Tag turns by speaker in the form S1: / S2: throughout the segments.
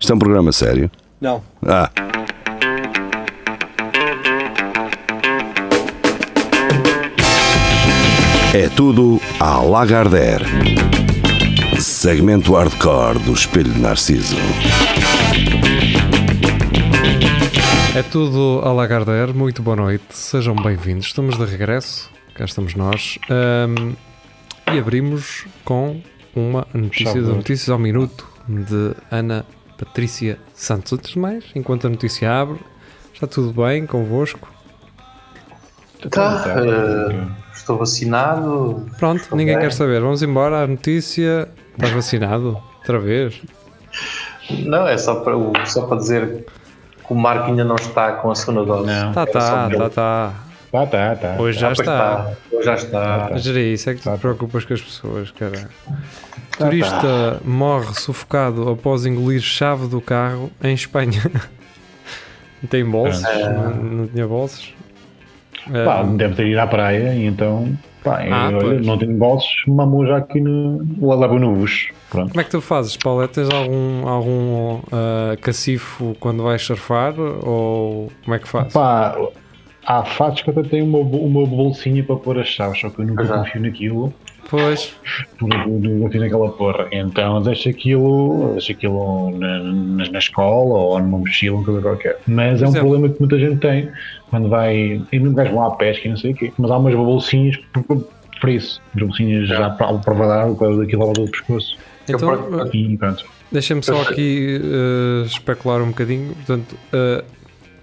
S1: Isto é um programa sério.
S2: Não.
S1: Ah, é tudo à Lagardère. Segmento hardcore do Espelho de Narciso.
S3: É tudo a Lagardère, muito boa noite, sejam bem-vindos. Estamos de regresso, cá estamos nós. Ahm, e abrimos com uma notícia de notícias ao minuto de Ana Patrícia Santos. Antes de mais, enquanto a notícia abre, está tudo bem convosco?
S4: Tá, eh, estou vacinado.
S3: Pronto,
S4: Estou
S3: ninguém
S4: bem.
S3: quer saber. Vamos embora à notícia. Estás vacinado? Outra vez?
S4: Não, é só para, o- só para dizer que o Marco ainda não está com a segunda dose.
S5: Não.
S3: Tá, tá, tá, tá.
S5: Tá, tá, tá.
S3: Hoje já
S4: Ah, pois
S3: está.
S4: Hoje Já está.
S3: Geri, isso é que tu te preocupas com as pessoas, cara. Turista morre sufocado após engolir chave do carro em Espanha. Não tem bolsas? Não, é? não tinha bolsas? Ah,
S5: Pá, deve ter ido à praia e então. Pá,
S3: Ah,
S5: eu-
S3: pois.
S5: não tenho bolsos, mamou já aqui no, no Alabonubos. Pronto.
S3: como é que tu fazes, Paulo? É, Tens algum, algum ah, cacifo quando vais surfar? Ou como é que fazes?
S5: Pá, há fatos que eu até tenho uma, bo- uma bolsinha para pôr as chaves, só que eu nunca
S4: Aham.
S5: confio naquilo,
S3: Pois,
S5: porque eu nunca confio naquela porra. Então deixo aquilo, deixo aquilo na, na- na escola ou numa mochila, uma coisa qualquer. Mas é um
S3: Pois é.
S5: problema que muita gente tem quando vai. E nunca vão à pesca e não sei o quê, mas há umas bolsinhas por, por- por isso, bolsinhas já para, para varar, ou coisa daquilo ao lado do pescoço.
S4: Eu
S3: então
S4: por-
S3: ah,
S5: E pronto.
S3: deixa-me só aqui ah, especular um bocadinho. Portanto, ah,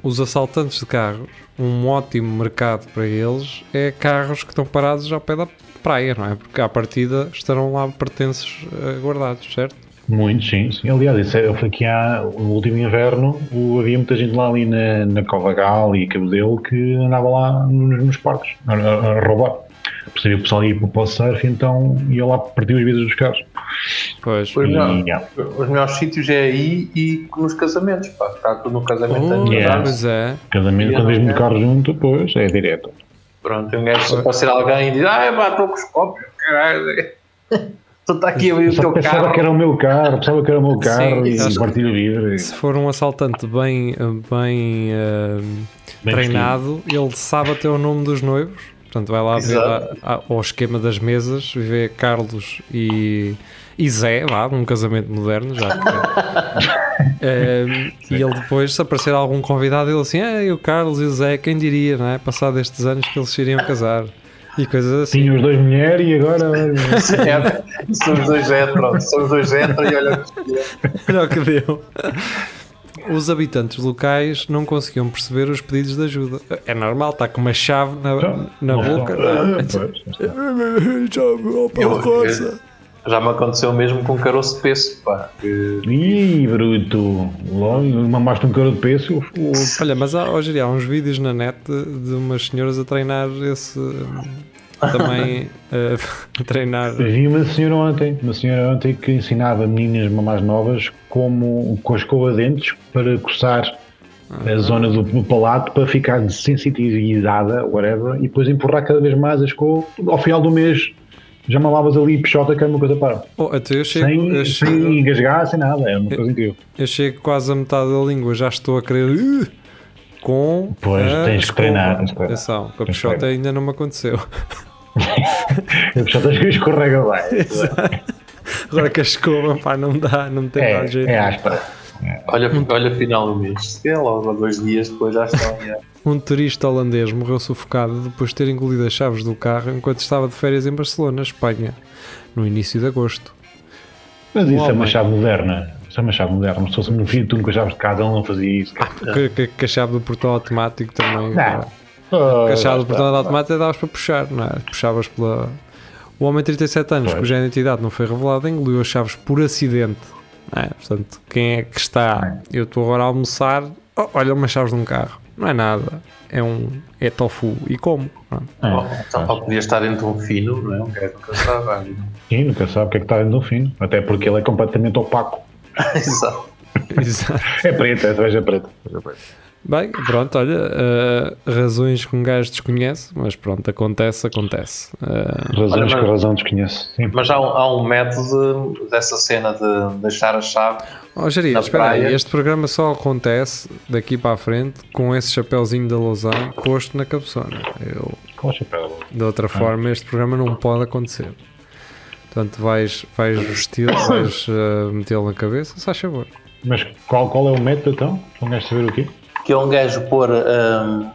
S3: os assaltantes de carros, um ótimo mercado para eles é carros que estão parados ao pé da praia, não é? Porque à partida estarão lá pertences eh, guardados, certo?
S5: Muitos, sim, sim. Aliás, isso é, foi aqui há o último inverno, o- havia muita gente lá ali na, na Covagal e Cabedelo que andava lá nos, nos parques a, a- a roubar. Percebia que o pessoal ia para o surf, então ia lá partir os vidros dos carros.
S3: Pois.
S4: Pois
S5: E, ah,
S4: não.
S5: yeah.
S4: Os melhores sítios é aí e nos casamentos. Pá. Está tudo no casamento da minha
S5: yeah.
S4: idade.
S3: Pois é.
S5: Casamento,
S4: E
S5: quando
S4: não
S5: vês
S4: é?
S5: muito carro junto, pois é direto.
S4: Pronto, um gajo só pode ser alguém e diz: Ah, pá, estou com os copos. caralho." Tu está aqui a abrir o
S5: Só
S4: teu
S5: pensava
S4: carro.
S5: que era o meu carro, pensava que era o meu carro
S3: Sim, acho
S5: e
S3: que-
S5: partir o vidro. e-
S3: Se for um assaltante bem, bem, eh,
S5: Bem
S3: treinado, ele sabe até o nome dos noivos. Portanto, vai lá ver
S4: Exato.
S3: a- a- ao esquema das mesas, vê Carlos e, e Zé, vá, um casamento moderno já. Eh, e ele depois, se aparecer algum convidado, ele assim, ah, e o Carlos e o Zé, quem diria, não é? Passado estes anos que eles se iriam casar. E coisas assim.
S5: Tinha os dois mulheres e agora. então,
S4: É, Somos dois hetero. Somos dois hetero e olha.
S3: Olha o que deu. Os habitantes locais não conseguiam perceber os pedidos de ajuda. É normal, está com uma chave na, na
S5: Não,
S3: boca. é?
S5: não. Pois.
S4: Eu- Já me aconteceu mesmo com um caroço de peso. Pá. que-
S5: Ih, bruto! Logo, mamaste um caro de peso.
S3: Olha, mas há, hoje há uns vídeos na net de umas senhoras a treinar esse. Também eh, a treinar.
S5: Vi uma senhora ontem, uma senhora ontem que ensinava meninas mamás novas como com a escova de dentes para coçar a zona do, do palato para ficar desensitivizada, whatever, e depois empurrar cada vez mais a escova. Ao final do mês já mamavas ali pichota que era uma coisa para.
S3: Oh, até eu chego, eu
S5: Sem, sem
S3: chego,
S5: engasgar, sem nada, é uma coisa incrível.
S3: eu chego quase a metade da língua, já estou a querer. "Ugh", Com.
S5: Pois,
S3: a
S5: tens que
S3: escova.
S5: treinar, tens que treinar.
S3: Atenção, com a
S5: Tens que
S3: pichota
S5: treinar.
S3: ainda não me aconteceu.
S5: A pichota escorrega bem.
S3: Agora que a escova, pá, não dá, não tem dado jeito.
S5: É, é áspera.
S4: Olha, olha final do mês. Se é logo dois dias depois já estão. já.
S3: Um turista holandês morreu sufocado depois de ter engolido as chaves do carro enquanto estava de férias em Barcelona, Espanha, no início de agosto.
S5: Mas
S3: Um
S5: isso é
S3: homem.
S5: uma chave moderna. Isso é uma chave moderna. Se fosse um filho tu com as chaves de casa, ele não fazia isso.
S3: Que, que, que a chave do portão automático também.
S5: Ah. Não.
S3: Que a chave do portão automático davas para puxar, não é? Puxavas pela. O homem de 37 anos,
S5: Pois.
S3: cuja identidade não foi revelada, engoliu as chaves por acidente. não é? Portanto, quem é que está? Eu estou agora a almoçar, oh, olha umas chaves de um carro. Não é nada. É um. É tofu. E como? Pronto.
S4: Oh,
S5: É.
S4: então, pá, podia estar dentro de um fino, não é? Um gajo nunca sabe. olha.
S5: Sim, nunca sabe o que é que está dentro do fino. Até porque ele é completamente opaco.
S4: Exato.
S3: Exato.
S5: É preto, é cerveja preta.
S3: Bem, pronto, olha, ah, razões que um gajo desconhece, mas pronto, acontece, acontece. Ah,
S5: Razões
S4: Olha,
S5: que
S4: mas-
S5: razão desconhece. Sim.
S4: Mas há um, há um método dessa cena de deixar a chave
S3: Ó, Jaria,
S4: Na
S3: espera aí,
S4: praia.
S3: este programa só acontece daqui para a frente com esse chapéuzinho da Lausanne posto na cabeçona. Eu,
S5: Qual é chapéu?
S3: de
S4: Ah.
S3: outra forma, este programa não pode acontecer. Portanto, vais, vais vesti-lo, vais eh, metê-lo na cabeça, se faz favor.
S5: Mas qual, qual é o método então? Não queres saber o quê?
S4: Que é um gajo pôr hum,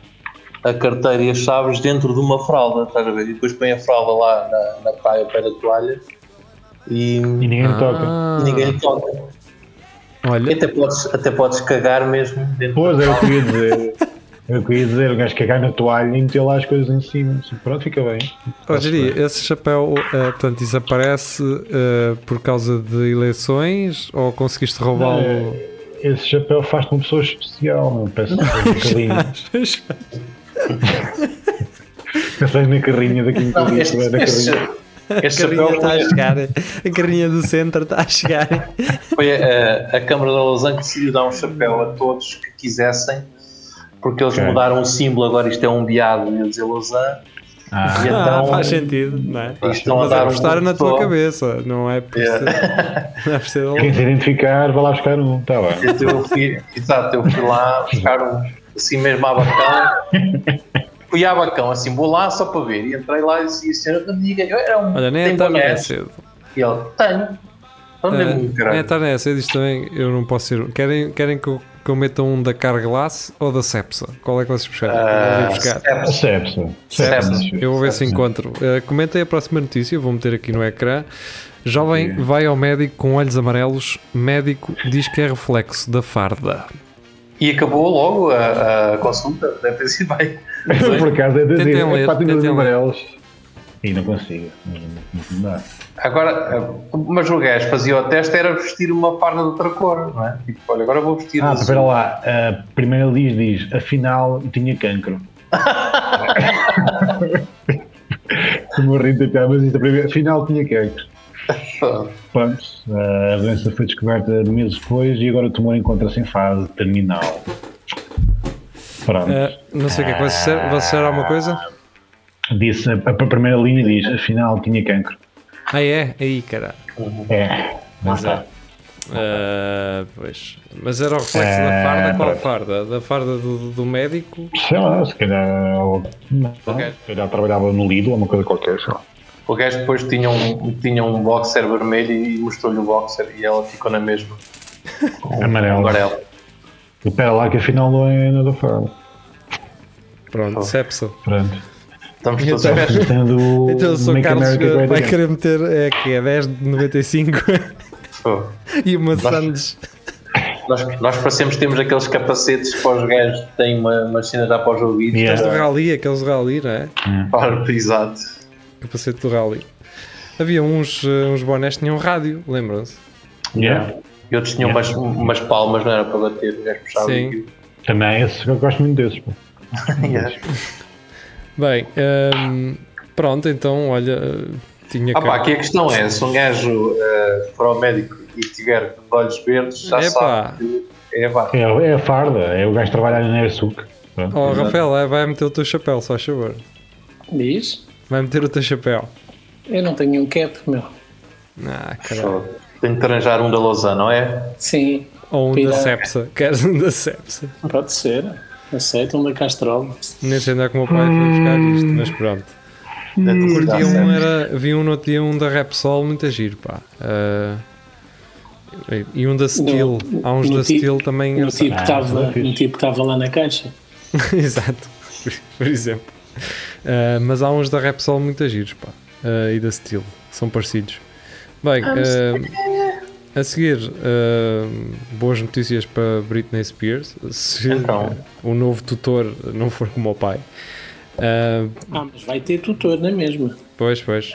S4: a carteira e as chaves dentro de uma fralda, estás a ver? E depois põe a fralda lá na, na praia ao pé da toalha e,
S5: E ninguém lhe toca.
S3: Ah,
S4: ninguém lhe toca. E
S3: Olha,
S4: até podes, até podes cagar mesmo dentro
S5: Pois era o que eu ia dizer. Era o que eu ia dizer, o gajo cagar na toalha e meter lá as coisas em cima. Assim, Pronto, fica bem.
S3: ó, Jaria, esse chapéu, eh, portanto, desaparece eh, por causa de eleições ou conseguiste roubá-lo?
S5: Eh, Esse chapéu faz-te uma pessoa especial, meu. Peço um bocadinho. Pensas na carrinha daqui um
S4: Não,
S5: bocadinho.
S4: este,
S5: vai na
S4: este,
S5: carrinha.
S4: este chapéu é um foi,
S3: tá chegar. A carrinha do centro está a chegar.
S4: foi eh, a, a Câmara da Lausanne que decidiu dar um chapéu a todos que quisessem, porque eles
S5: Ok.
S4: mudaram o símbolo, agora isto é um beado, ia dizer Lausanne,
S5: Ah,
S4: e então
S3: faz sentido, não é?
S4: isto estão a
S3: Mas é
S4: dar
S3: por
S4: um
S3: estar na tua
S4: só.
S3: cabeça, não é por ser, não é por ser
S5: quem se identificar, vai lá buscar um. Tá bem.
S4: Então eu fui, exato, eu fui lá buscar um, assim mesmo a Abacão. Fui a Abacão, assim, vou lá só para ver. E entrei lá e disse, "E a senhora me diga, eu era um.
S3: Olha, nem
S4: tem
S3: é tarde nem é
S4: bonés?"
S3: cedo.
S4: E ele, tenho.
S3: Ah,
S4: Então dê-me um
S3: nem é
S4: caralho.
S3: tarde nem é cedo, isto também eu não posso ser. Querem, querem que, eu, que eu meta um da Carglass ou da Cepsa? Qual é que vocês preferem? eu vou
S4: Ah,
S3: buscar.
S4: steps,
S5: Percebe-se.
S4: steps.
S3: Eu vou ver se encontro. Uh, comentem a próxima notícia, vou meter aqui no ecrã. Jovem vai ao médico com olhos amarelos. Médico diz que é reflexo da farda.
S4: E acabou logo a, a consulta, deve ter sido bem.
S5: Por acaso é dizer,
S3: Tentem ler,
S5: é pá, tenho
S3: tentem
S5: dois
S3: ler.
S5: amarelos. E não consigo. Não, não dá.
S4: Agora, mas o gajo fazia o teste era vestir uma farda de outra cor, não é? Tipo, olha, agora vou vestir.
S5: Ah,
S4: azul.
S5: espera lá. A primeira diz, diz, afinal tinha cancro. Estou-me a rir de tentar, mas isto é a primeira. Afinal tinha cancro. Pronto, a doença foi descoberta meses depois e agora o tumor encontra-se em fase terminal. Pronto.
S3: Uh, não sei o que é que vai ser. Vai ser alguma coisa?
S5: Disse, a, a primeira linha diz, afinal tinha cancro.
S3: Ah, é? Aí, cara.
S5: É.
S3: Mas é. Ah, pois. Mas era o reflexo da
S5: Ah,
S3: farda? Qual
S5: pronto.
S3: farda? Da farda do, do médico?
S5: Sei lá, se calhar. Não, Se calhar trabalhava no Lido ou uma coisa qualquer, sei lá.
S4: O gajo depois tinha um, tinha um boxer vermelho e mostrou-lhe o boxer e ela ficou na mesma. Com
S5: Amarelo.
S4: amarelo.
S5: Espera lá que afinal não é nada fora. Oh.
S3: Pronto, sepso.
S5: Pronto.
S4: Estamos todos
S3: Então-
S4: abertos.
S5: Sendo
S3: Então o Sr.
S5: Make
S3: Carlos
S5: America
S3: eh,
S5: Great
S3: vai
S5: Again.
S3: querer meter é, que é 10 de 95 e uma Sandes.
S4: Nós, nós para sempre temos aqueles capacetes para os gajos que têm uma, uma cena já para os ouvidos.
S5: Yeah.
S3: Do rally, aqueles do rally, não é?
S4: Para, exato.
S3: Capacete do rally. Havia uns, eh, uns bonés que tinham rádio, lembram-se?
S5: Yeah.
S4: E outros tinham umas, umas palmas, não era para bater, o gajo puxava
S3: Sim.
S4: e-
S5: Também esse, eu gosto muito desses. pô.
S4: Yeah.
S3: Bem, ehm, pronto, então, olha, eh, tinha
S4: Ah,
S3: que-
S4: pá, aqui a questão é, se um gajo eh, for ao médico e tiver de olhos verdes, já
S3: Epá.
S4: sabe que é vá.
S5: É, é a farda, é o gajo trabalhar na Airsuc. Pronto.
S3: Oh, Rafael, eh, vai meter o teu chapéu, só a favor.
S2: Diz?
S3: Vai meter o teu chapéu.
S2: Eu não tenho um cap, meu.
S3: Ah, caralho.
S4: Só Tenho de arranjar um da Lausanne, não é?
S2: Sim,
S3: Ou um da
S2: Pira.
S3: Cepsa. Queres um da Cepsa?
S2: pode ser. Aceito um da Castrol.
S3: Nem sei onde é que o meu pai
S2: Hum.
S3: foi buscar isto, mas pronto.
S4: Já
S3: Curti um,
S4: sabe.
S3: era, vi um no outro dia um da Repsol, muito giro, pá. Ah, e e um da Steel. Há uns
S2: no
S3: da
S2: tipo-
S3: Steel também
S2: Um
S3: engraçados.
S2: tipo que estava
S5: não Ah, fiz.
S2: um tipo que estava lá na caixa.
S3: Exato, por exemplo. Ah, mas há uns da Repsol muito giros, pá. Ah, e da Steel, são parecidos. Bem, ah, a seguir, ah, boas notícias para Britney Spears. Se
S4: Então.
S3: o novo tutor não for como o pai. Ah,
S2: Ah, mas vai ter tutor, não é mesmo?
S3: pois, pois.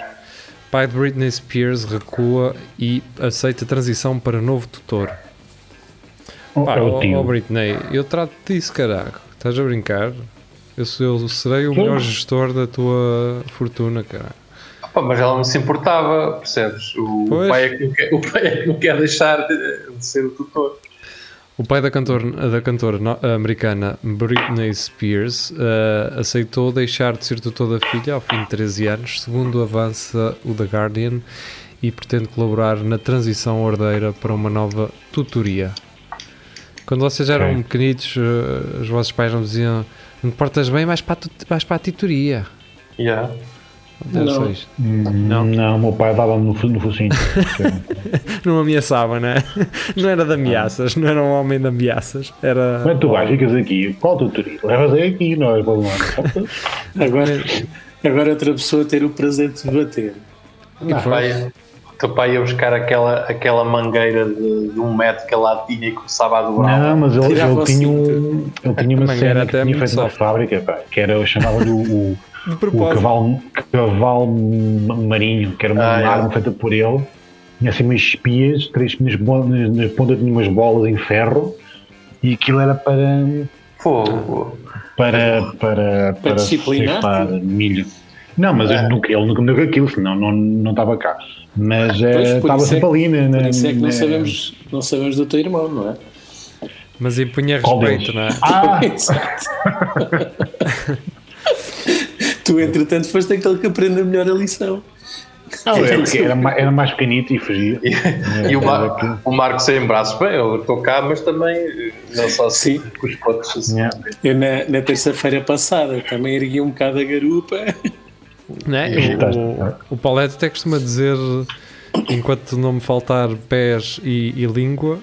S3: Pai de Britney Spears recua e aceita transição para novo tutor.
S5: Oh,
S3: Pá,
S5: é
S3: ó
S5: o tio.
S3: ó, Britney, eu trato disso, caraca. Estás a brincar? Eu, sou- eu serei o melhor gestor da tua fortuna, cara.
S4: Ah, Pá, mas ela não se importava, percebes? O
S3: Pois.
S4: pai, é que não quer, o pai é que não quer deixar de de ser o tutor.
S3: O pai da cantora, da cantora no- americana Britney Spears eh, aceitou deixar de ser tutor da filha ao fim de 13 anos, segundo avança o The Guardian, e pretende colaborar na transição ordeira para uma nova tutoria. Quando vocês eram
S5: Ok.
S3: pequenitos, eh, os vossos pais não diziam não te portas bem, vais para a, tut- vais para a titoria.
S4: Yeah.
S3: Deve
S2: Não.
S3: ser isto. Não.
S5: Não, não meu pai dava-me no, fu- no focinho.
S3: Não ameaçava, não é? Não era de ameaças, não era um homem de ameaças. Era.
S5: Mas tu vais, ficas aqui. Qual tutoria? Levas aí aqui, nós vamos lá.
S2: Agora, agora outra pessoa ter o prazer de te bater.
S3: E foi?
S4: Vai, o teu pai ia buscar aquela, aquela mangueira de, de um metro que ele lá tinha e começava a dobrar.
S5: Não, mas ele,
S2: Tirava
S5: ele
S2: o
S5: tinha,
S2: cinto.
S5: um, ele tinha
S3: Também
S5: uma
S3: era
S5: cena
S3: até
S5: que tinha
S3: muito
S5: feito na
S3: soft.
S5: fábrica, pá, que era, eu chamava-lhe o, o,
S3: De
S5: o
S3: propósito.
S5: cavalo, cavalo marinho, que era uma
S4: Ah, é.
S5: arma feita por ele. Tinha assim umas espias, três espias bo- nas, nas pontas de umas bolas em ferro, e aquilo era para,
S4: Fogo.
S5: para, para, para,
S2: disciplinar-te?
S5: ceifar milho. Não, mas
S2: Ah.
S5: eu nunca, ele nunca me deu aquilo, senão não, não estava cá. Mas eh,
S2: Pois, por
S5: estava
S2: isso é
S5: sempre
S2: que-
S5: ali. né, Na, na,
S2: Por isso é que não
S5: na-
S2: sabemos, não sabemos do teu irmão, não é?
S3: Mas impunha
S5: Qual
S3: respeito,
S5: deles?
S3: não é?
S5: Ah,
S2: Exato. tu, entretanto, foste aquele que aprende melhor a lição.
S5: não, é porque era, ma- era mais pequenito e fugia.
S3: É,
S4: E o, Mar- o Marco sem braços, bem, eu estou cá, mas também eh, não só assim,
S2: Sim.
S4: com os potes assim.
S5: Yeah.
S3: É,
S2: Eu, na, na terça-feira passada, também ergui um bocado a garupa.
S3: Não é?
S5: Irritaste,
S3: O-
S5: não
S3: O, o Paulette até costuma dizer: enquanto não me faltar pés e, e língua,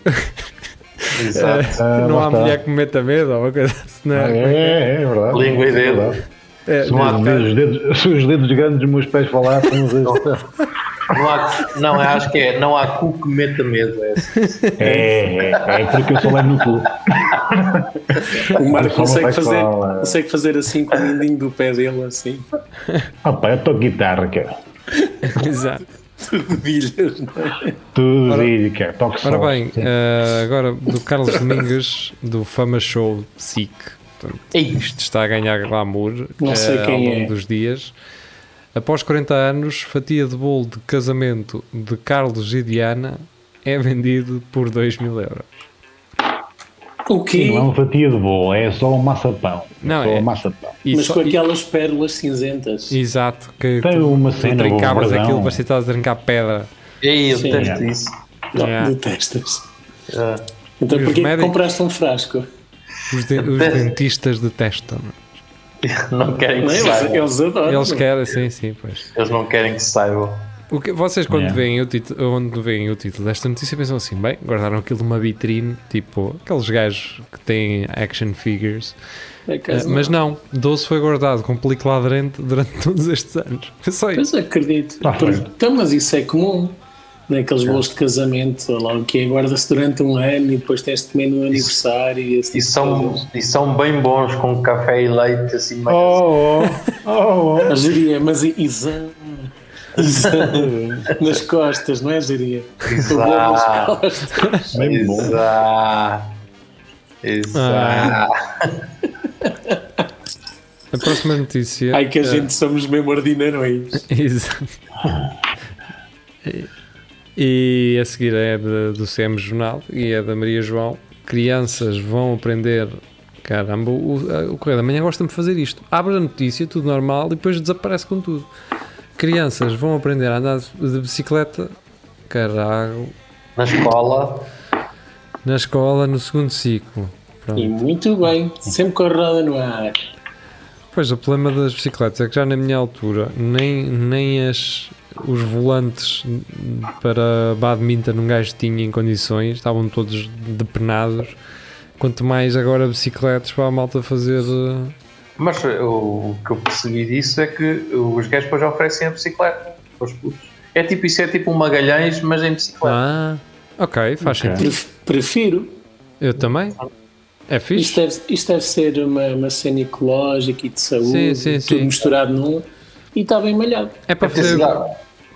S4: Exato.
S5: Ah,
S3: é, não
S5: lá
S3: há
S5: está.
S3: mulher que me meta medo ou uma coisa assim, não
S5: Ah,
S3: é?
S5: É, é, é verdade.
S4: Língua e
S5: É
S4: dedo.
S5: verdade.
S3: É,
S5: Se, os dedos, os dedos- se os dedos grandes dos meus pés falassem, os dedos-
S4: Não, há, não, eu acho que é, não há cu que meta medo. É assim.
S5: é, é, é porque eu só levo no clube.
S2: O
S5: Como
S2: Marco consegue
S5: vai
S2: fazer,
S3: é.
S5: falar?
S2: consegue fazer assim com o mindinho do pé dele, assim,
S5: Ah, pá, eu toco guitarra, cara. é.
S3: Exato.
S2: de rodilhas. não é?
S5: Tudo diz, cara. Toco só.
S3: Ora bem, eh, agora do Carlos Domingues, do Fama Show SIC. Portanto, Isto está a ganhar glamour
S2: Não
S3: eh,
S2: sei
S3: ao
S2: quem
S3: longo
S2: é.
S3: dos dias. Após 40 anos, fatia de bolo de casamento de Carlos e Diana é vendido por 2 mil euros.
S2: O quê?
S5: Sim, não é uma fatia de boa, é só um maçapão.
S3: Não,
S5: é só
S3: é-
S5: um maçapão.
S3: E
S2: Mas
S3: só-
S2: com
S3: e-
S2: aquelas pérolas cinzentas.
S3: Exato, que
S5: Tem
S3: tu,
S5: uma
S3: tu
S5: cena,
S3: trincavas
S5: o Verdão.
S3: aquilo, parecia que estavas a trincar pedra.
S4: Ei, eu
S2: Sim.
S4: detesto É isso.
S2: Não,
S3: Yeah.
S2: Detestas.
S4: Ah,
S2: Então,
S3: é. E os
S2: porquê que
S3: médicos?
S2: compraste um frasco?
S3: Os, de- os dentistas detestam. não é?
S4: Não querem que
S2: Não,
S4: saibam.
S2: eles, eles adoram.
S3: Eles querem, sim, sim, pois.
S4: Eles não querem que saibam.
S3: O que, vocês quando,
S5: Yeah.
S3: veem o título, onde veem o título desta notícia pensam assim, bem, guardaram aquilo numa vitrine, tipo aqueles gajos que têm action figures.
S2: Por acaso
S3: Eh, mas não, doce foi guardado com um película aderente durante todos estes anos. É só isso.
S2: Pois acredito.
S3: Ah,
S5: Tá
S2: Por-
S5: feito.
S2: então, mas isso é comum. Naqueles bolos de casamento, sei lá o que é, guarda-se durante um ano e depois tens de comer no aniversário e esse
S4: E
S2: tipo de
S4: são,
S2: coisas.
S4: e são bem bons com café e leite, assim, meio
S5: Oh, oh, oh,
S2: Ah, Jeria, mas e- exame. Exame. Nas costas, não é, Jeria? O bolo nas
S4: Exato.
S2: costas.
S5: oh. Bem bom.
S4: Exato. Exato.
S3: A próxima notícia. é
S2: Ai que a gente somos mesmo ordinarões.
S3: Exato. E e a seguir é de- do CM Jornal e é da Maria João. Crianças vão aprender. Caramba, o, a- o Correio da Manhã gosta-me de fazer isto. Abre a notícia, tudo normal, e depois desaparece com tudo. Crianças vão aprender a andar de de bicicleta. Carago.
S4: Na escola,
S3: Na escola, no segundo ciclo. Pronto.
S2: E muito bem, sempre com a roda no ar.
S3: Pois, o problema das bicicletas é que já na minha altura nem, nem as, os volantes para badminton um gajo tinha em condições, estavam todos depenados. Quanto mais agora bicicletas para a malta fazer. eh,
S4: mas o, o que eu percebi disso é que os gajos depois oferecem a bicicleta aos putos. É tipo isso, é tipo um Magalhães, mas em bicicleta.
S3: Ah, ok, faz sentido.
S2: Pref- Prefiro.
S3: Eu também. É
S2: Isto
S3: fixe?
S2: deve, isto deve ser uma, uma cena ecológica e de
S3: Sim,
S2: saúde,
S3: sim,
S2: tudo
S3: sim.
S2: misturado num. E está bem malhado.
S3: É para
S4: Esse
S3: fazer,
S4: dá-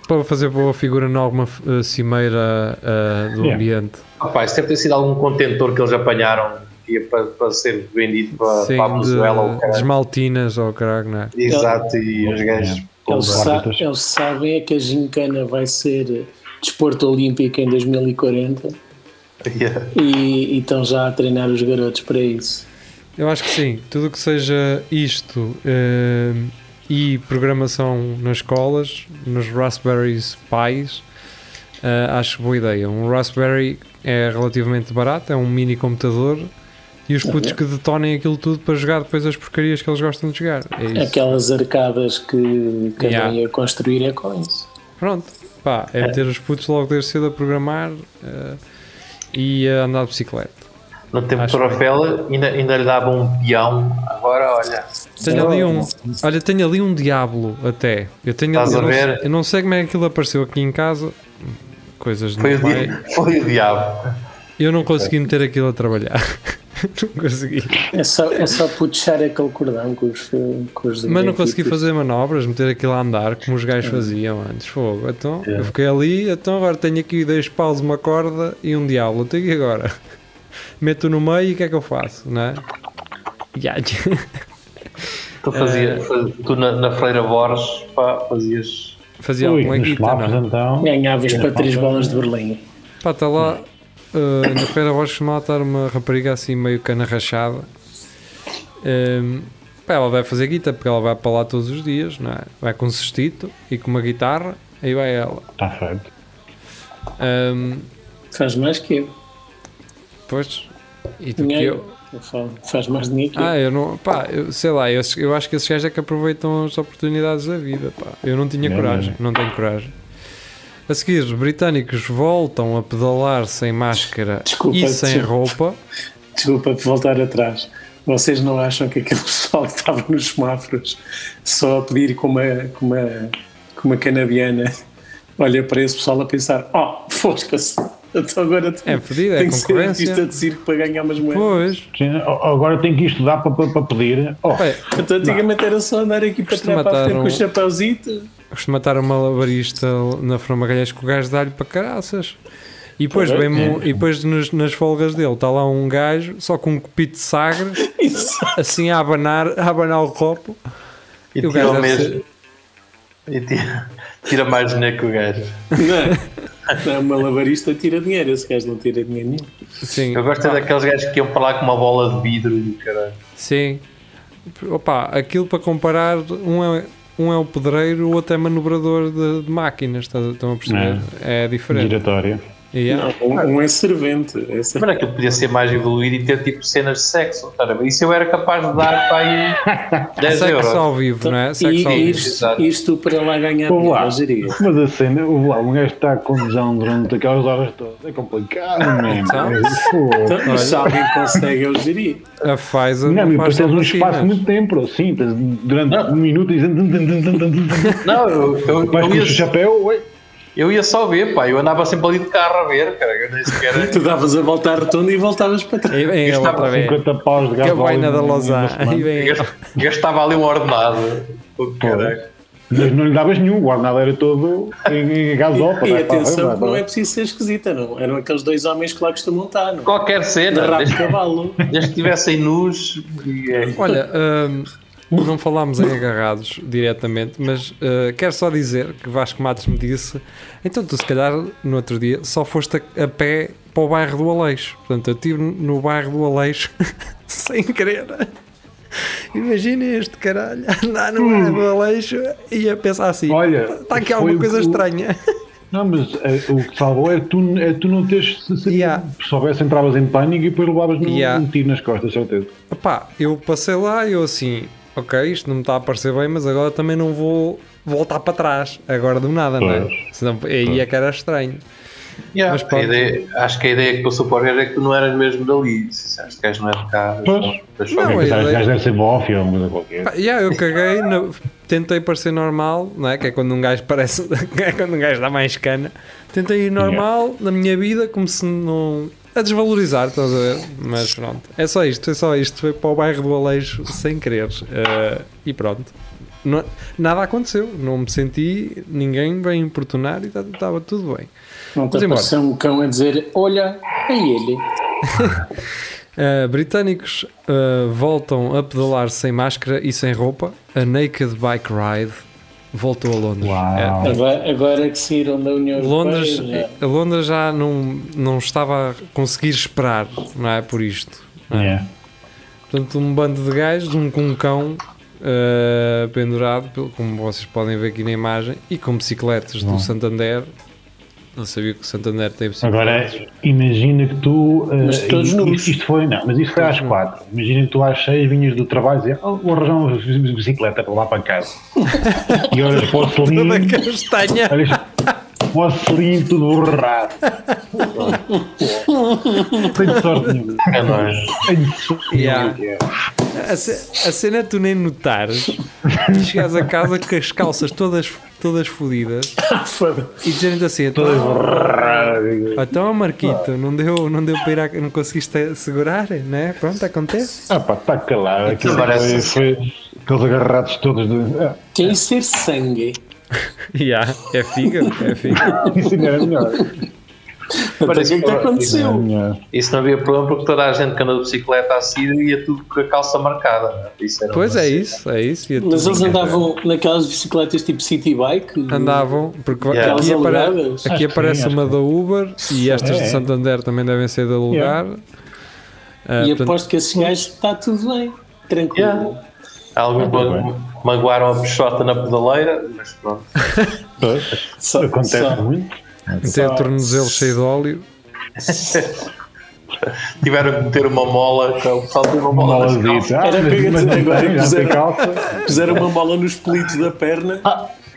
S3: para fazer boa figura em alguma eh, cimeira eh, do
S5: Yeah.
S3: ambiente.
S4: Rapaz, deve ter sido algum contentor que eles apanharam que ia para, para ser vendido para,
S3: Sim,
S4: para a Venezuela ou
S3: de, de
S4: caralho.
S3: esmaltinas ou caralho, não é?
S4: Exato, e os gajos.
S2: Eles,
S5: Os
S2: sa-
S5: árbitros.
S2: eles sabem é que a gincana vai ser desporto olímpico em 2040
S4: Yeah.
S2: e e estão já a treinar os garotos para isso.
S3: Eu acho que sim. Tudo o que seja isto eh, e programação nas escolas, nos Raspberries Pis, Ah, acho boa ideia. Um Raspberry é relativamente barato, é um mini computador e os putos que detonem aquilo tudo para jogar depois as porcarias que eles gostam de jogar. É isso.
S2: Aquelas arcadas que cada
S3: Yeah.
S2: ia construir é com isso.
S3: Pronto, pá, é meter os putos logo desde cedo a programar eh, e a andar de bicicleta.
S4: No tempo
S3: Acho
S4: do Rafael ainda, ainda lhe dava um peão. Agora, olha,
S3: Tenho ali um, olha, tenho ali um Diablo até. Eu tenho
S4: Estás
S3: ali, eu,
S4: a
S3: não,
S4: ver?
S3: eu não sei como é que aquilo apareceu aqui em casa. Coisas de
S4: foi
S3: meu
S4: o,
S3: pai.
S4: di- foi o diabo.
S3: Eu não consegui meter aquilo a trabalhar. não consegui.
S2: É só, é só puxar aquele cordão com os. Com os
S3: Mas não consegui
S2: dentículos.
S3: fazer manobras, meter aquilo a andar como os gajos faziam antes. Fogo. Então
S4: É.
S3: eu fiquei ali, então agora tenho aqui dois paus, uma corda e um diabo. Tenho que ir agora. Meto no meio e o que é que eu faço, não é? Ya,
S4: Tu,
S3: É.
S4: fazia, faz- tu na, na Freira Borges pá, fazias.
S3: Fazia
S5: Ui,
S3: alguma
S5: nos
S3: guita,
S5: mapas,
S3: não é?
S5: então.
S2: Ganhavas para três bolas de Berlim.
S3: Pá, está lá eh, na Feira Rocha costumava estar uma rapariga assim meio cana rachada. Ehm, pá, ela vai fazer guita porque ela vai para lá todos os dias, não é? Vai com um cestito e com uma guitarra, aí vai ela.
S5: Está Tá feito.
S3: Ehm,
S2: Faz mais que eu.
S3: Pois. E do que
S2: Dinheiro.
S3: eu.
S2: Eu falo, Faz mais dinheiro que eu.
S3: Ah, eu não. Pá, eu, sei lá, eu, eu acho que esses gajos é que aproveitam as oportunidades da vida, pá. Eu não tinha
S5: Não,
S3: coragem, não tenho coragem. A seguir, britânicos voltam a pedalar sem máscara
S2: Desculpa,
S3: e sem
S2: desculpa.
S3: roupa.
S2: Desculpa por voltar atrás. Vocês não acham que aquele pessoal que estava nos semáforos só a pedir com uma, com uma, com uma canabiana olha para esse pessoal a pensar: oh, fosca-se, então agora tenho,
S3: É fedido, é
S2: tenho que ser
S3: concorrência."
S2: artista de circo para ganhar umas moedas.
S3: Pois.
S5: Sim, a- Agora tenho que estudar para, para, para pedir. Oh,
S3: Bem,
S2: Então, antigamente era só andar aqui para
S3: Costuma
S2: trás para a frente
S3: estar
S2: com o
S3: um-
S2: chapauzito.
S3: costumo matar um malabarista na Fromagalhães com o gajo dá-lhe para caraças. E depois,
S2: Pois é.
S3: vem um- e depois nos- nas folgas dele está lá um gajo só com um copito de sagres,
S2: Isso.
S3: assim a abanar, a abanar o copo.
S4: E
S3: E o
S4: tira
S3: gajo
S4: o
S3: deve
S4: mesmo. E tira, tira mais dinheiro que o gajo.
S2: Não, não, o malabarista tira dinheiro, esse gajo não tira dinheiro nenhum.
S3: Sim,
S4: Eu gosto é daqueles gajos que iam para lá com uma bola de vidro e o caralho.
S3: Sim. Opa, aquilo para comparar, um é, um é o pedreiro, o outro é manobrador de, de máquinas, estás a- estão a perceber? É, diferente.
S5: giratório.
S3: Yeah.
S2: Um, um é servente. É ser-
S4: Mas aquilo podia ser mais evoluído e ter tipo cenas de sexo. Tá a ver? Isso eu era capaz de dar para
S5: é
S4: aí 10 euros.
S3: Sexo ao vivo, não
S5: Então,
S3: é? Sexo ao
S2: E
S3: vivo.
S2: isto, isto para lá ganhar
S5: Vou lá.
S2: dinheiro, eu diria.
S5: Mas a cena, o lá, um gajo está com visão durante aquelas horas todas. É complicado, mesmo.
S3: Então?
S5: Fogo.
S2: Então, se alguém consegue, eu geria.
S3: A Pfizer
S5: Não, e depois
S3: faz
S5: tens um
S3: vacinas.
S5: espaço muito tempo, assim, tens durante um minuto e
S4: Não, eu, eu,
S5: Mas puxa
S4: eu,
S5: o
S4: ia,
S5: chapéu, ué.
S4: eu ia só ver, pá. Eu andava sempre ali de carro a ver, cara. Eu nem sequer.
S2: Tu davas a volta à rotunda e voltavas para trás.
S3: Aí vem ele
S4: Gastava
S3: outra vez.
S5: 50 paus um de gás.
S3: Cabaina da Lausanne. Aí vem ele.
S4: gast- Gastava ali um ordenado. Pô, caralho.
S5: Mas não lhe davas nenhum, o guardado era todo em né, em gasóleo.
S2: E
S5: vai, vai,
S2: atenção,
S5: vai,
S2: que não
S5: vai.
S2: é preciso ser esquisita, não. Eram aqueles dois homens que lá costumam estar, não.
S4: Qualquer
S3: é
S2: De
S4: cena,
S2: rabo de
S4: desde,
S2: cavalo.
S4: desde que estivessem nus. e, é,
S3: Olha, hum, não falámos em agarrados diretamente, mas uh, quero só dizer que Vasco Matos me disse: então tu, se calhar, no outro dia só foste a, a pé para o bairro do Aleixo. Portanto, eu estive no bairro do Aleixo sem querer. Imagina este caralho andar no bairro do Aleixo e a pensar assim:
S5: Hum. Olha,
S3: está aqui
S5: foi
S3: alguma
S5: o-
S3: coisa
S5: o-
S3: estranha.
S5: Não, mas eh, o que salvou é tu, é tu não teres sabido.
S3: Yeah.
S5: Se soubesse, entravas em pânico e depois levavas num-
S3: Yeah.
S5: um tiro nas costas, certeza.
S3: Pá, eu passei lá e eu assim, ok, isto não me está a parecer bem, mas agora também não vou voltar para trás, agora do nada, não é?
S5: Pois.
S3: Senão, aí é que era estranho.
S4: Yeah,
S3: Mas
S4: a
S3: pronto.
S4: ideia- acho que a ideia que passou para o gajo é que tu não eras mesmo dali. Se este gajo não é de cá,
S5: Pois.
S4: deixa
S3: Não,
S5: Não,
S3: a
S5: é,
S3: ideia-
S5: deve ser bofe ou alguma coisa qualquer.
S3: Pá, yeah, eu caguei, na- tentei parecer normal, não é? Que é quando um gajo parece, que é quando um gajo dá mais cana. Tentei ir normal na minha vida, como se não. a desvalorizar, estás a ver? Mas pronto, é só isto, é só isto. Foi para o bairro do Aleixo sem querer eh, e pronto. Não- nada aconteceu, não me senti, ninguém veio importunar e estava tudo bem.
S2: Não te
S3: Mas embora.
S2: apareceu um cão a dizer: Olha, é ele.
S3: Uh, britânicos uh, voltam a pedalar sem máscara e sem roupa. A Naked Bike Ride voltou a Londres.
S5: Uau.
S2: Agora, agora que saíram da União
S3: É, Londres,
S2: Europeia.
S3: a Londres já não, não estava a conseguir esperar, não é? Por isto. não é?
S5: Yeah.
S3: Portanto, um bando de gajos, um com um cão uh, pendurado, pelo- como vocês podem ver aqui na imagem, e com bicicletas do Santander Não sabia que o Santander tem possibilidade.
S5: Agora, imagina que tu. eh,
S2: Mas todos
S5: isto-
S2: nus.
S5: isto, foi, não, mas isso foi às quatro. Imagina que tu às seis vinhas do trabalho e dizer, "Oh, vou arranjar uma bicicleta para lá para casa. e olhas para o selim,
S3: Toda castanha.
S5: olhas para o selim tudo borrado. Tenho sorte nenhuma.
S4: É nóis.
S5: Tenho sorte
S3: Yeah.
S5: nenhuma. é
S3: A, ce- a cena é tu nem notares. E chegares a casa com as calças todas, todas fodidas e dizerem-te assim:
S5: Todas
S3: então,
S5: borradas.
S3: então Marquito, não deu, não deu para ir, à- não conseguiste segurar, né? Pronto, acontece.
S5: Ah pá, está calado. Aquilo
S4: parece-
S5: foi, foi aqueles agarrados todos. De, ah,
S2: Tem que ser sangue.
S3: Yeah, é fígado, é fígado.
S5: Ah, isso ainda era melhor. Isso
S2: Parece
S4: Parece que-
S2: o que é que
S5: ainda era
S2: aconteceu.
S5: melhor.
S4: Isso não havia problema porque toda a gente que andou de bicicleta a seguir ia tudo com a calça marcada. né? Isso era
S3: Pois
S4: uma
S3: é
S4: cena.
S3: isso, é isso. E
S2: Mas
S3: tu-
S2: eles andavam naquelas bicicletas tipo city bike.
S3: Andavam, porque
S4: Yeah.
S3: aqui,
S2: Aquelas
S3: apare-
S2: alugadas?
S3: aqui
S5: Acho que
S3: aparece
S5: sim, acho
S3: uma
S5: que
S3: da Uber e estas
S5: É.
S3: de Santander também devem ser de alugar. Ah,
S5: é,
S2: E
S3: portanto,
S2: aposto que esse gajo está tudo bem. Tranquilo.
S4: Yeah. Alguns ma- magoaram a peixota na pedaleira, mas pronto.
S5: Pois,
S2: Só-
S5: acontece
S2: só-
S5: muito.
S3: tem o tornozelo cheio de óleo.
S4: Tiveram que meter uma mola, que é o pessoal teve uma mola nas calças.
S5: Maladito. Ah,
S2: Era o que eu ia
S5: mas
S2: dizer
S5: não
S2: agora,
S5: tem, já
S2: puseram-
S5: tem calça.
S2: Puseram uma bola nos pelitos da perna.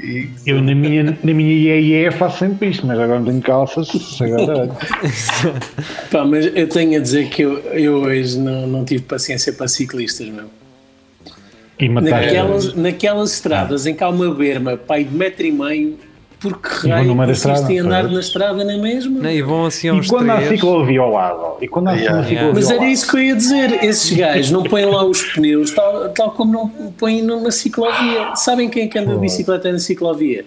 S4: E-
S5: Eu na minha, na minha IEE faço sempre isto, mas agora não tenho calças. se Agora, é
S2: Pá, mas eu tenho a dizer que eu, eu hoje não, não tive paciência para ciclistas, meu.
S5: e mataste.
S2: Naquelas, naquelas estradas em que há uma berma, pai de metro e meio, porque
S5: E vão
S2: raio é
S5: no meio da
S2: consiste em
S5: estrada,
S2: andar
S5: pois.
S2: na estrada é na mesma?
S3: Né? E vão assim aos
S5: E quando há
S3: três.
S5: ciclovia ao lado? E quando há
S4: Yeah.
S5: uma ciclovia
S2: Mas
S5: ao
S2: era
S5: lado?
S2: isso que eu ia dizer. Esses gajos não põem lá os pneus, tal, tal como não põem numa ciclovia. Sabem quem é que anda de bicicleta na ciclovia?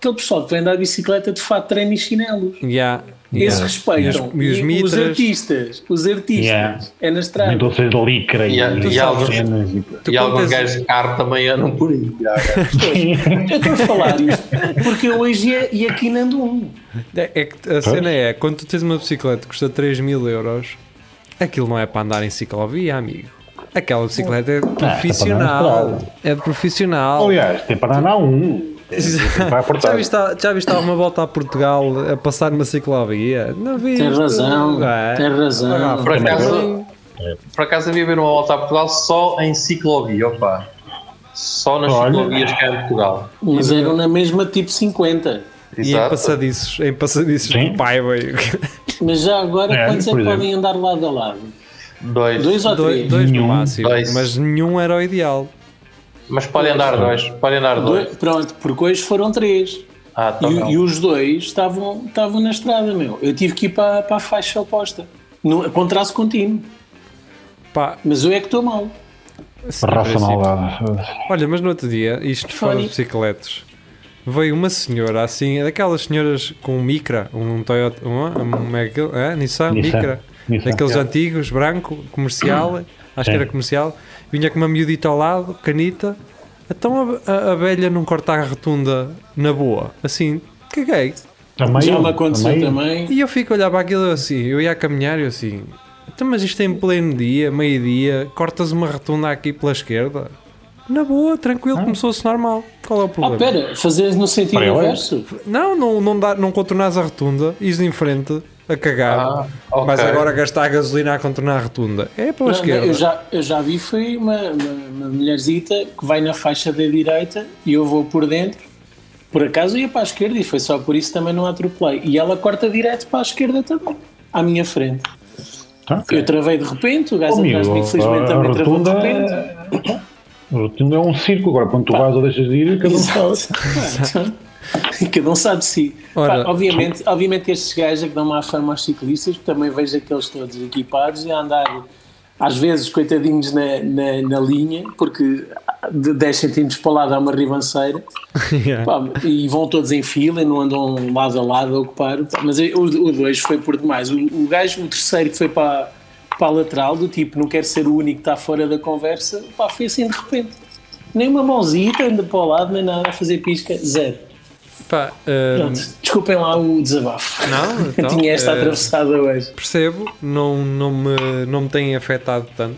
S2: Aquele pessoal que vem andar de bicicleta de fato treino e chinelos.
S3: Yeah,
S2: Esses
S3: yeah.
S2: respeitam.
S3: E os
S2: E os
S3: mitras?
S2: artistas. Os artistas.
S5: Yeah.
S2: É na estrada.
S5: Então vocês de licra e,
S4: Yeah,
S5: e,
S4: yeah.
S5: cenas e-
S3: Tu
S4: e alguns
S3: contas-
S4: gajos de carro também andam por aí.
S2: Eu estou a falar isto porque eu hoje ia, ia aqui na um.
S3: É, é que a cena é, quando tu tens uma bicicleta que custa 3 mil euros, aquilo não é para andar em ciclovia, amigo. Aquela bicicleta é de profissional.
S5: estrada.
S3: É de profissional.
S5: Aliás, tem para andar um. Vai
S3: Já
S5: aportar.
S3: viste, já viste alguma volta a Portugal a passar numa ciclovia? Não é? vi.
S2: Tem razão, é- tem razão.
S4: Por acaso, por acaso havia ver uma volta a Portugal só em ciclovia, opa. Só nas
S5: Olha.
S4: ciclovias cá em Portugal.
S2: Mas eram na mesma tipo 50.
S3: E em passadiços, em passadiços
S5: Sim.
S3: do pai, velho.
S2: Mas já agora,
S5: É,
S2: quantos é
S5: por
S2: que
S5: exemplo.
S2: podem andar lado a lado?
S4: Dois.
S2: Dois ou
S3: Dois,
S2: três?
S3: dois no
S5: Nenhum.
S3: máximo.
S4: Dois.
S3: Mas nenhum era o ideal.
S4: Mas podem andar dois. Podem andar dois.
S2: Dois- Pronto, porque hoje foram três.
S4: Ah, tá bom.
S2: E, e os dois estavam, estavam na estrada, meu. Eu tive que ir para, para a faixa oposta. No, contraste contínuo.
S3: Pá, é assim.
S2: Mas eu é que estou mal.
S3: sim,
S5: Raça
S3: em princípio.
S5: malvada.
S3: Olha, mas no outro dia, isto fora
S2: Funny.
S3: de bicicletas, veio uma senhora assim, daquelas senhoras com um Micra, um Toyota, um, um, é aquele- é, Nissan,
S5: Nissan.
S3: Micra,
S5: Nissan.
S3: daqueles antigos, branco, comercial, acho que era comercial, vinha com uma miudita ao lado, canita, então a, a, a velha não corta a rotunda na boa, assim, caguei.
S5: Também
S2: Já
S5: eu,
S2: me aconteceu também.
S3: E eu fico a olhar para aquilo assim, eu ia a caminhar e eu assim, então, mas isto é em pleno dia, meio-dia, cortas uma retunda aqui pela esquerda. Na boa, tranquilo, começou-se normal. Qual é o
S2: Ah,
S3: problema?
S2: pera, fazer no sentido
S5: Para eu, é?
S2: inverso?
S3: não, não, não, dá, não contornas a retunda, ires em frente a cagar.
S4: Ah, ok.
S3: Mas agora gastar a gasolina a contornar a retunda. É pela
S2: Não, não,
S3: esquerda.
S2: eu, já, eu já vi, foi uma, uma, uma mulherzita que vai na faixa da direita e eu vou por dentro. Por acaso ia para a esquerda e foi só por isso também não a atropelei. E ela corta direto para a esquerda também, à minha frente.
S5: Tá.
S2: Eu travei de repente, o gajo atrás de
S5: Comigo,
S2: mim, felizmente,
S5: Oh, a, a
S2: também travou de
S5: rotunda
S2: repente.
S5: a rotunda é um círculo. Agora,
S2: Tá.
S5: quando tu vais ou deixas de ir, cada um
S2: Exato. Cada um sabe de si.
S3: Ora.
S2: Pá, obviamente, obviamente que estes gajos é que dão má fama aos ciclistas, porque também vejo aqueles todos equipados e a andar, às vezes, coitadinhos na, na, na linha, porque de 10 centímetros para lá dá uma ribanceira,
S3: Yeah.
S2: Pá, e vão todos em fila e não andam lado a lado a ocupar. Pá, mas eu- o, o dois foi por demais. O, o gajo, o terceiro que foi para, para a lateral, do tipo, não quero ser o único que está fora da conversa, pá, foi assim de repente. Nem uma mãozita, anda para o lado, nem nada, a fazer pisca, zero.
S3: Pá, hum,
S2: Pronto, desculpem lá o desabafo.
S3: Não,
S2: Eu
S3: então,
S2: tinha esta
S3: eh,
S2: atravessada hoje.
S3: percebo, não, não, me, não me tem afetado tanto.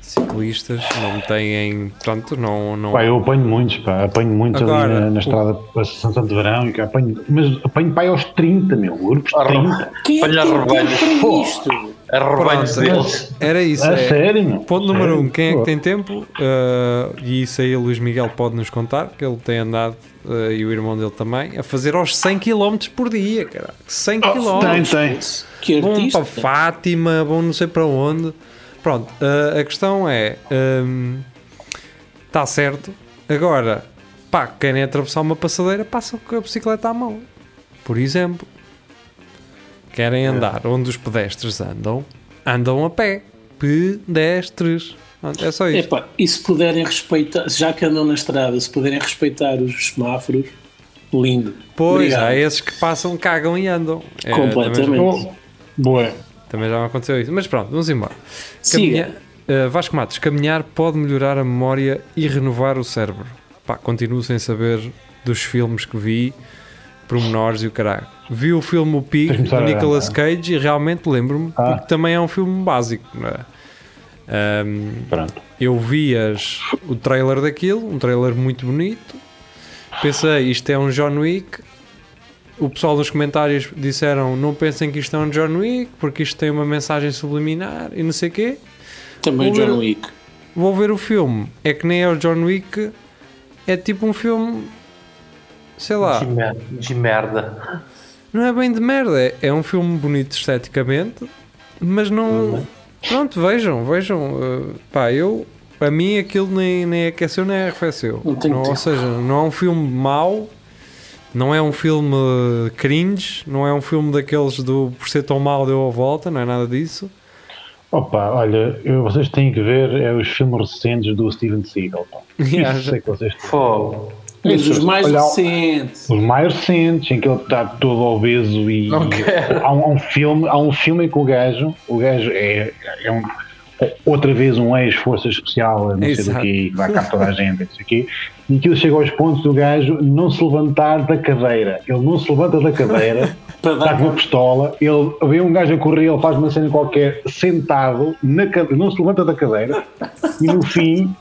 S3: ciclistas, não têm. Pronto, não. não...
S5: Pá, eu apanho muitos, pá. Apanho muito ali
S3: Agora,
S5: na,
S3: o-
S5: na estrada para Santo de Verão. E que apanho, mas apanho, pá, aos 30, meu. Grupos de
S4: Ah,
S5: 30.
S2: Quem é que
S4: Olha,
S2: tem tempo
S4: rebanhos.
S2: para
S4: Pô.
S2: isto?
S4: É rebanhos
S3: Pronto.
S4: deles.
S3: Era isso.
S5: A
S3: é.
S5: sério, meu.
S3: Ponto número um, quem é que
S5: Pô.
S3: tem tempo? Ah, e isso aí o Luís Miguel pode nos contar, que ele tem andado, ah, e o irmão dele também, a fazer aos 100 km por dia, cara. 100 km.
S5: Tem, tem.
S2: Que
S3: Bom para
S2: artista. né?
S3: Fátima, bom não sei para onde. Pronto, ah, a questão é: está certo. Agora, pá, querem atravessar uma passadeira, passam com a bicicleta à mão. Por exemplo,
S2: É.
S3: querem andar onde os pedestres andam, andam a pé. Pedestres. Pronto, É só isto.
S2: Epá, e se puderem respeitar, já que andam na estrada, se puderem respeitar os semáforos, lindo.
S3: Pois,
S2: Obrigado.
S3: há esses que passam, cagam e andam. É, Também,
S2: Completamente.
S5: Oh, boa.
S3: também já me aconteceu isso. Mas pronto, vamos embora.
S2: Siga.
S3: Caminha- Uh, Vasco Matos, caminhar pode melhorar a memória e renovar o cérebro. Pá, continuo sem saber dos filmes que vi, pormenores e o caralho. Vi o filme O Pig,
S5: Tens-me
S3: do
S5: saber,
S3: Nicolas Cage, e realmente lembro-me,
S5: Ah.
S3: porque também é um filme básico, não é? Um,
S5: Pronto.
S3: eu vi as- o trailer daquilo, um trailer muito bonito. Pensei, isto é um John Wick. O pessoal nos comentários disseram: não pensem que isto é um John Wick, porque isto tem uma mensagem subliminar e não sei o quê.
S2: Também o
S3: Vou ver-
S2: John Wick.
S3: Vou ver o filme. É que nem é o John Wick, é tipo um filme. Sei lá.
S4: De mer- De merda.
S3: Não é bem de merda, é- é um filme bonito esteticamente, mas não. Pronto, vejam, vejam. uh, pá, eu. Para mim aquilo nem, nem aqueceu nem arrefeceu.
S2: Não tenho
S3: ou
S2: tempo.
S3: seja, não é um filme mau, não é um filme uh, cringe, não é um filme daqueles do por ser tão mau deu a volta, não é nada disso.
S5: Opa, olha, eu- vocês têm que ver é, os filmes recentes do Steven Seagal. Pá.
S3: Yeah.
S5: Isso sei que vocês
S4: Fogo.
S2: Mas
S5: Isso,
S2: os Um mais
S5: olha,
S2: recentes.
S5: Os mais recentes, em que ele está todo obeso e
S4: Não quero.
S5: há, um, há um filme, há um filme em que o gajo, o gajo é, é um- outra vez um ex-força especial, não sei
S3: Exato.
S5: do quê, que vai cá toda a gente, não sei o quê, e aquilo chega aos pontos do gajo não se levantar da cadeira. Ele não se levanta da cadeira,
S4: Tá
S2: Para
S5: está
S2: dar
S5: com uma pistola, ele vê um gajo a correr, ele faz uma cena qualquer sentado, na cade- não se levanta da cadeira, e no fim,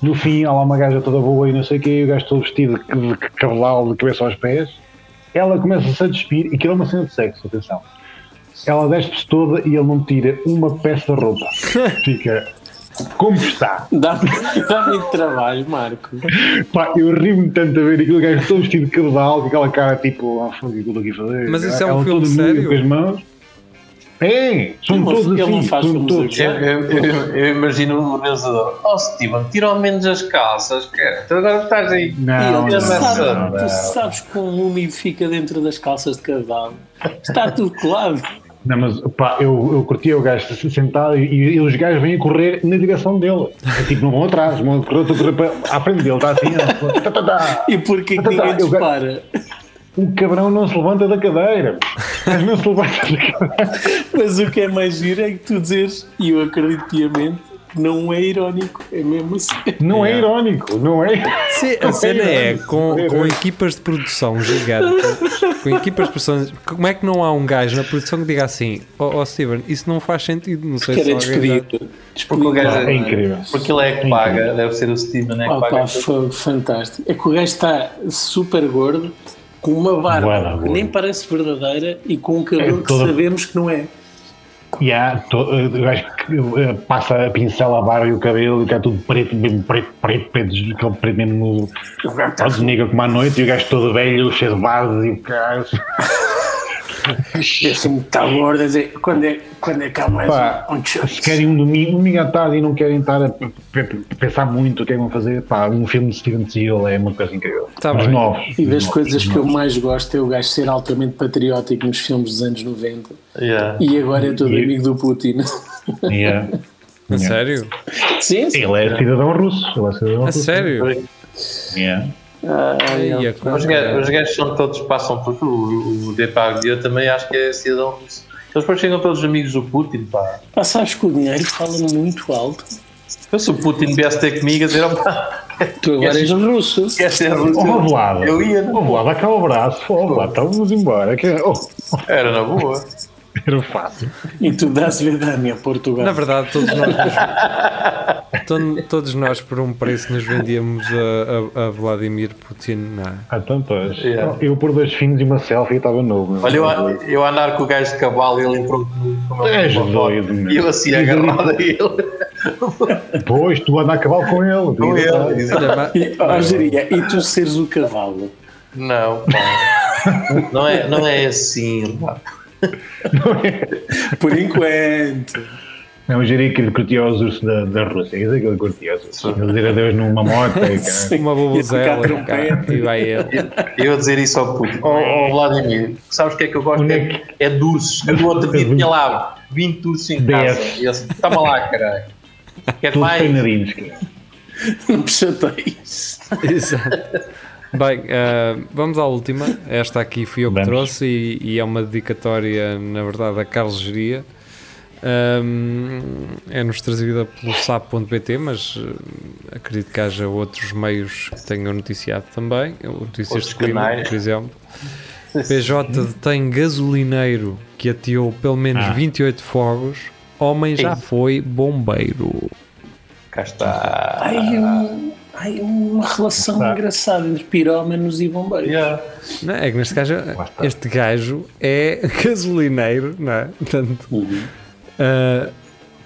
S5: no fim, há lá uma gaja toda boa e não sei o quê, e o gajo todo vestido de de cavalo, de cabeça aos pés, ela começa-se a despir, e aquilo é uma cena de sexo, atenção. Ela despe-se toda e ele não tira uma peça de roupa. Fica como está.
S2: Dá-me dá muito trabalho, Marco.
S5: Pá, eu ri-me tanto a ver aquilo, o gajo todo vestido de cavalo, com aquela cara tipo, ah, foda-se, o que eu estou aqui a fazer.
S3: Mas isso é um
S5: Ela
S3: filme
S5: toda nua
S3: sério?
S5: Com as mãos. É, são
S2: Ele não-
S5: todos
S2: ele
S5: assim,
S2: não faz
S5: são
S2: filmes
S5: todos.
S4: Eu, eu- eu- eu imagino o realizador. Oh, Steven, tira ao menos as calças, cara. Tu agora estás aí.
S5: Não,
S2: e
S5: não,
S2: ele
S4: sabe-
S5: não,
S2: sabe,
S5: não.
S2: tu sabes que um úmido fica dentro das calças de cavalo. Está tudo colado.
S5: Não, mas pá, eu, eu curti o gajo se- sentado e, e os gajos vêm a correr na direção dele. É tipo, não vão atrás, vão a correr, estão a correr para, à frente dele, está assim. ó, tá, tá, tá.
S2: E porquê que
S5: Tá, tá,
S2: ninguém
S5: eu-
S2: dispara?
S5: O cabrão não se levanta da cadeira. Mas não se levanta da cadeira.
S2: Mas o que é mais giro é que tu dizes, e eu acredito piamente, que não é irónico, é mesmo assim.
S5: Não é
S3: Yeah.
S5: irónico, não é?
S3: Se- a cena é com, com equipas de produção gigante, com equipas de produção, como é que não há um gajo na produção que diga assim, ó oh, Steven, isso não faz sentido, não sei
S2: Quer
S3: se
S2: é
S3: alguém já-
S2: despedido.
S4: Porque o
S2: Despedido.
S4: gajo
S5: É incrível.
S4: Porque ele é que paga, deve ser o Steven é que
S2: Opa,
S4: paga.
S2: foi fantástico. É que o gajo está super gordo, com uma
S5: Bué da
S2: barba que
S5: gordo.
S2: nem parece verdadeira e com um cabelo
S5: É
S2: que
S5: todo-
S2: sabemos que não é.
S5: E há to- o gajo que eh, passa a pincel, a barba e o cabelo e está tudo preto, mesmo preto, preto, preto, aquele preto mesmo todo negro como à noite e o gajo todo velho, cheio de vasos e o caralho.
S2: Assim, está gordo, a dizer, quando é, quando é que há mais
S5: Pá,
S2: um, um
S5: Se querem um domingo, um domingo à tarde e não querem estar a pe- pe- pensar muito o que é que vão fazer, pá, um filme de Steven Seagal é uma coisa incrível.
S3: Tá
S5: Os
S3: bem.
S5: novos.
S2: E
S5: os
S2: das
S5: novos,
S2: coisas
S5: os
S2: que eu
S5: novos.
S2: mais gosto é o gajo ser altamente patriótico nos filmes dos anos 90
S4: Yeah.
S2: e agora é todo
S5: E-
S2: amigo do Putin.
S5: Yeah.
S3: A sério?
S2: Sim, sim.
S5: é. Ele é cidadão russo. Ele é cidadão
S3: A
S5: russo. É.
S3: sério?
S5: Yeah.
S2: Ah,
S3: Ai, a
S4: Os
S3: coisa-
S4: gajos, os gajos são todos, passam por tudo. O- O Depardieu eu também acho que é cidadão russo. Eles depois chegam todos amigos do Putin, pá.
S2: Pá, sabes que o dinheiro fala muito alto.
S4: Eu se o Putin viesse ter comigo a dizer, opa,
S2: Tu agora és um
S4: Yes.
S2: russo.
S4: quer ser russo?
S5: Oh, Vlada.
S4: Eu ia,
S5: Oh, Vlada, cá o braço. Oh, Vlada, então vamos embora. Que... Oh,
S4: era na boa.
S5: é- Era fácil.
S2: E tu dás vedânia a Portugal.
S3: Na verdade, todos nós, to- todos nós por um preço nos vendíamos a, a- a Vladimir Putin, não é?
S5: Ah, então, pois.
S4: Yeah.
S5: Eu por dois finos e uma selfie estava novo.
S4: Olha, eu, a- eu a andar com o gajo de cavalo e ele entrou comigo com o meu
S5: És
S4: com uma foto.
S5: doido, meu.
S4: E eu assim
S5: Diz
S4: agarrado a ele.
S5: Pois, tu anda a cavalo com ele.
S4: Com ele. diz,
S3: Olha, ma-
S2: E, ó, Jeria, e tu seres o cavalo?
S4: Não, pá. não é, não é assim, pá.
S2: Por enquanto.
S5: Não, eu diria que ele curtia os ursos da, da Rússia. Isso é que ele curtia os ursos. Ele dizer adeus numa moto. e, cara,
S3: uma
S2: Ia tocar
S3: bubuzela,
S2: trompete.
S3: cara, e vai ele.
S4: Eu a dizer isso ao puto. Oh, oh, Vladimir, sabes o que é que eu gosto?
S5: Onde é
S4: É, é de ursos. Eu no outro dia tinha lá 20 ursos em casa.
S5: Dez.
S4: E eu assim, toma lá, caralho. Quer
S5: Todos
S4: mais?
S5: treinadinhos, cara.
S2: Não me chateis.
S3: Exato. Bem, ah, vamos à última. Esta aqui fui eu que
S5: Vamos.
S3: trouxe e, e é uma dedicatória, na verdade, a Carlos Geria. Ahm, É-nos trazida pelo sapo.pt, mas ah, acredito que haja outros meios que tenham noticiado também. O Notícias
S4: Outros
S3: de Clima,
S4: canais.
S3: por exemplo. PJ detém gasolineiro que ateou pelo menos 28 fogos. Homem já
S4: Ei.
S3: foi bombeiro.
S4: Cá está.
S2: Ai, um, ai, uma relação
S3: Tá.
S2: engraçada entre pirómanos e bombeiros.
S4: Yeah.
S3: Não, é que neste gajo, este gajo é gasolineiro, não é? Portanto,
S4: Uhum.
S3: ah,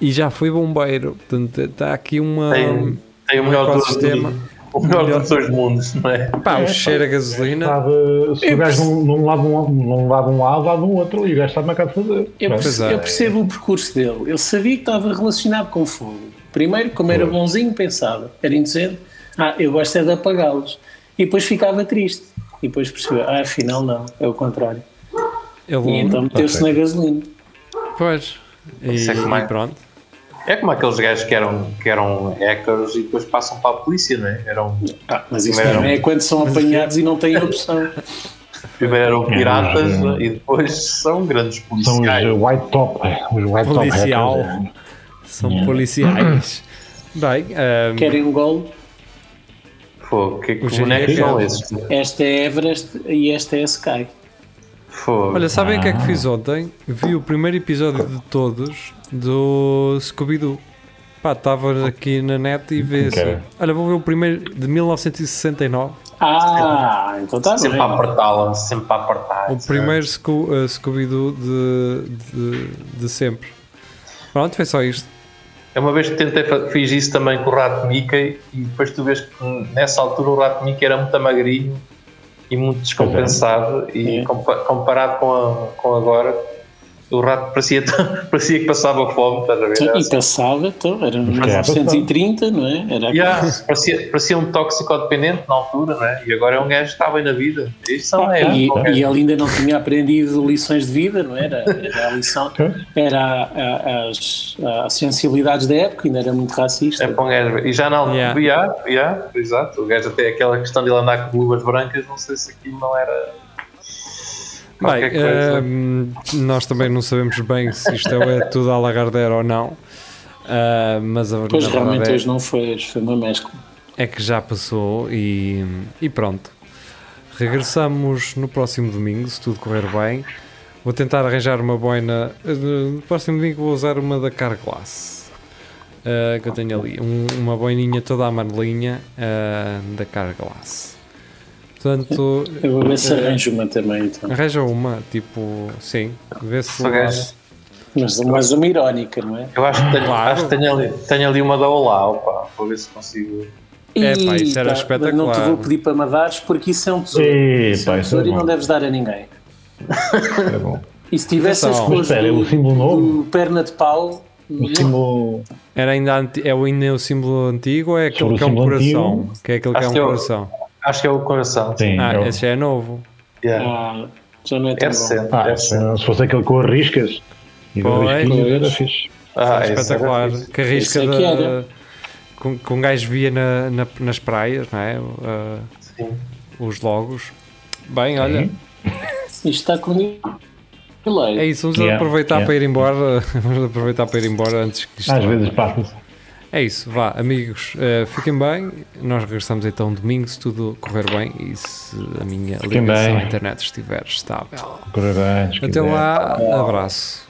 S3: e já foi bombeiro. Portanto, está aqui uma.
S4: Tem, tem o melhor dos
S3: ecossistema.
S4: o melhor dos dois mundos, não é?
S3: Pá, o cheiro a gasolina.
S5: Estava- Se o gajo não, não, lava um, não lava um lado, lava o outro. E o gajo está marcado a fazer.
S2: Eu,
S5: Pronto.
S2: perce-
S3: é.
S2: eu percebo o percurso dele. Ele sabia que estava relacionado com fogo. Primeiro, como era bonzinho, pensava. Era indecente. Ah, eu gosto é de apagá-los. E depois ficava triste. E depois percebeu. Ah, afinal não. É o contrário. E
S4: Uhum.
S3: Ele
S2: então meteu-se na gasolina.
S3: Pois. E,
S4: Isso é que
S3: e
S4: mais.
S3: pronto.
S4: É como aqueles gajos que eram, que eram hackers e depois passam para a polícia, não é? Eram,
S2: Ah, mas isso
S4: Mas- Uhum.
S2: também é quando são apanhados e não têm opção.
S4: primeiro eram piratas
S5: Hum.
S4: e depois são grandes
S5: São os
S4: policiais.
S5: white top. é, Os white top
S3: Policial.
S5: hackers. é.
S3: São policiais. Bem, ah,
S4: é-
S2: Querem um gol?
S4: Fogo, que, que
S3: Os
S4: bonecos são
S3: hackers.
S4: esses?
S2: Esta é Everest e esta é Sky.
S4: Fogo.
S3: olha, sabem o que é que fiz ontem? Vi o primeiro episódio de todos do Scooby-Doo. Pá, estava aqui na net e vi assim.
S5: Ok.
S3: Olha, vou ver o primeiro de 1969.
S2: Ah, então está
S4: Sempre a
S2: bem.
S4: apertá-la, sempre a apertar. é.
S3: O primeiro Sco- uh, Scooby-Doo de, de, de sempre. Pronto, foi só isto.
S4: É uma vez que tentei, fa- fiz isso também com o Rato Mickey e depois tu vês que hum, nessa altura o Rato Mickey era muito magrinho e muito descompensado e
S2: É.
S4: compa- comparado com, a- com agora o Rato parecia, tão- parecia que passava fome, estás a ver? Assim. Era
S2: E passava, então, era
S5: Era
S2: 1930, não é? Era
S4: Yeah, parecia, parecia um toxicodependente na altura, não é? E agora é um gajo que está bem na vida. Isto não é.
S2: e,
S4: qualquer-
S2: e ele ainda não tinha aprendido lições de vida, não era? Era a lição, era a, a- as a sensibilidades da época, ainda era muito racista.
S4: é para um gajo. E já na altura,
S3: Yeah.
S4: yeah, yeah, exato. O gajo até aquela questão de ele andar com luvas brancas, não sei se aquilo não era. qualquer
S3: Bem,
S4: coisa.
S3: hum, nós também não sabemos bem se isto é tudo a lagardeira ou não. Ah, mas a
S2: Pois
S3: na
S2: realmente
S3: verdade é-
S2: hoje não foi, foi uma mescla.
S3: é que já passou e, e pronto. Regressamos no próximo domingo, se tudo correr bem. Vou tentar arranjar uma boina. eh, No próximo domingo vou usar uma da Carglass. eh, que eu tenho ali. Um- uma boininha toda amarelinha eh, da Carglass. Portanto,
S2: Eu vou ver se arranjo uma também, então.
S3: arranja uma, tipo, sim. Vê se.
S4: Só gajo.
S2: Mas, mas uma irónica, não é?
S4: Eu acho que tenho,
S3: Claro.
S4: acho que tenho, ali, tenho ali uma da Olá, opa, vou ver se consigo.
S3: É, pá, isso era
S2: Eita,
S3: espetacular.
S2: Não te vou pedir para madares porque isso é um tesouro.
S5: Epa,
S2: Isso é um
S5: isso é
S2: tesouro e não
S5: bom.
S2: deves dar a ninguém.
S5: É bom.
S2: E se tivesse as
S3: Atenção.
S5: Mas
S2: cores
S5: espera,
S2: do,
S5: o símbolo novo?
S2: do perna de pau,
S5: O símbolo.
S3: Era ainda, anti- é o- ainda o símbolo antigo ou é aquele
S5: Sobre o
S3: que é um
S5: símbolo
S3: coração?
S5: antigo.
S3: Que é aquele que é
S4: Acho
S3: um
S4: que é o-
S3: coração.
S4: Acho que é o coração.
S5: Sim.
S3: Ah,
S5: é o-
S3: esse já é novo.
S4: Yeah.
S2: ah, já não é tão
S4: É
S2: bom.
S4: recente.
S5: Ah,
S4: é recente.
S5: se fosse aquele com riscas. E
S3: Pois.
S5: dois risquinhos era fixe.
S4: Ah, esse era
S3: espetacular.
S4: fixe.
S3: Que arrisca
S2: é Esse é
S3: da,
S2: que era.
S3: com, com um gajo via na- na- nas praias, não é? Uh,
S4: Sim.
S3: os logos. Bem, olha,
S2: Isto está com delay.
S3: é isso. Vamos
S5: Yeah,
S3: aproveitar
S5: yeah.
S3: para ir embora. Vamos aproveitar para ir embora antes que isto.
S5: Às vezes passa-se.
S3: É isso, vá, amigos, eh, fiquem bem. Nós regressamos então domingo, se tudo correr bem e se a minha
S5: Fiquem
S3: ligação
S5: bem.
S3: à internet estiver estável.
S5: Parabéns.
S3: Até
S5: quiser.
S3: lá, abraço.